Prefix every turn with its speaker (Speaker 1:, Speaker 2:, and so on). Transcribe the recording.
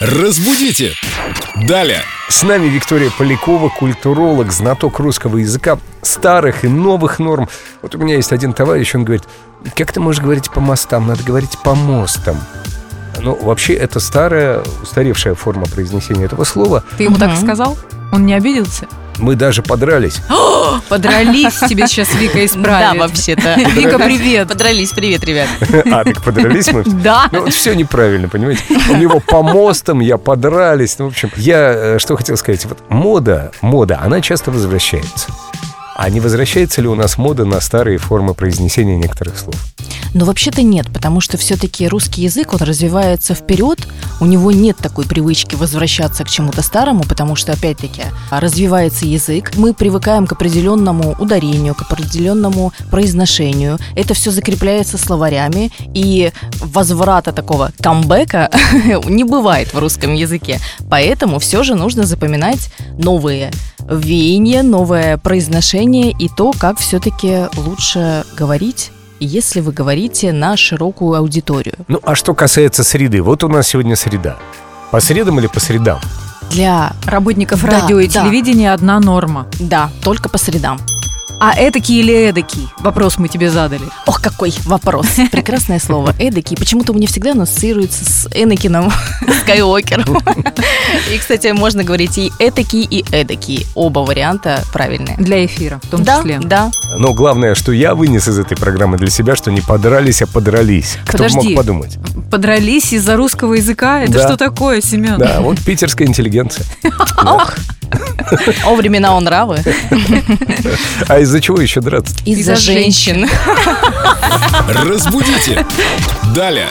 Speaker 1: Разбудите! Далее!
Speaker 2: С нами Виктория Полякова, культуролог, знаток русского языка, старых и новых норм. Вот у меня есть один товарищ, он говорит, как ты можешь говорить по мостам, надо говорить по мостам. Ну, вообще, это старая, устаревшая форма произнесения этого слова.
Speaker 3: Ты ему так сказал? Он не обиделся?
Speaker 2: Мы даже подрались.
Speaker 3: Подрались, тебе сейчас Вика
Speaker 4: Да,
Speaker 3: исправит.
Speaker 4: вообще-то.
Speaker 3: Вика, привет.
Speaker 4: Подрались, привет, ребят.
Speaker 2: А, так подрались мы.
Speaker 3: Да.
Speaker 2: Ну, вот все неправильно, понимаете? У него по мостам, я подрались. Ну, в общем, я э, что хотел сказать. Вот мода, мода, она часто возвращается. А не возвращается ли у нас мода на старые формы произнесения некоторых слов?
Speaker 4: Но Ну, вообще-то нет, потому что все-таки русский язык, он развивается вперед, у него нет такой привычки возвращаться к чему-то старому, потому что, опять-таки, развивается язык, мы привыкаем к определенному ударению, к определенному произношению, это все закрепляется словарями, и возврата такого камбэка не бывает в русском языке, поэтому все же нужно запоминать новые веяния, новое произношение и то, как все-таки лучше говорить если вы говорите на широкую аудиторию.
Speaker 2: Ну, а что касается среды? Вот у нас сегодня среда. По средам или по средам?
Speaker 4: Для
Speaker 3: Работников
Speaker 4: Да,
Speaker 3: радио и
Speaker 4: да.
Speaker 3: телевидения одна норма.
Speaker 4: да, только по средам.
Speaker 3: А этакий или эдакий? Вопрос мы тебе задали.
Speaker 4: Ох, какой вопрос. Прекрасное слово. Эдакий. Почему-то у меня всегда он ассоциируется с Энакином Скайуокером. И, кстати, можно говорить и этакий, и эдакий. Оба варианта правильные.
Speaker 3: Для эфира в том
Speaker 4: да,
Speaker 3: числе.
Speaker 4: да.
Speaker 2: Но главное, что я вынес из этой программы для себя, что не подрались, а подрались. Кто бы
Speaker 3: Подожди.
Speaker 2: мог подумать?
Speaker 3: Подрались из-за русского языка? Это
Speaker 2: Да.
Speaker 3: что такое, Семен?
Speaker 2: Да, вот питерская интеллигенция.
Speaker 4: Ох. О, времена он нравы.
Speaker 2: А из-за чего еще драться?
Speaker 4: Из-за
Speaker 3: Из-за женщин.
Speaker 4: женщин.
Speaker 1: Разбудите! Далее!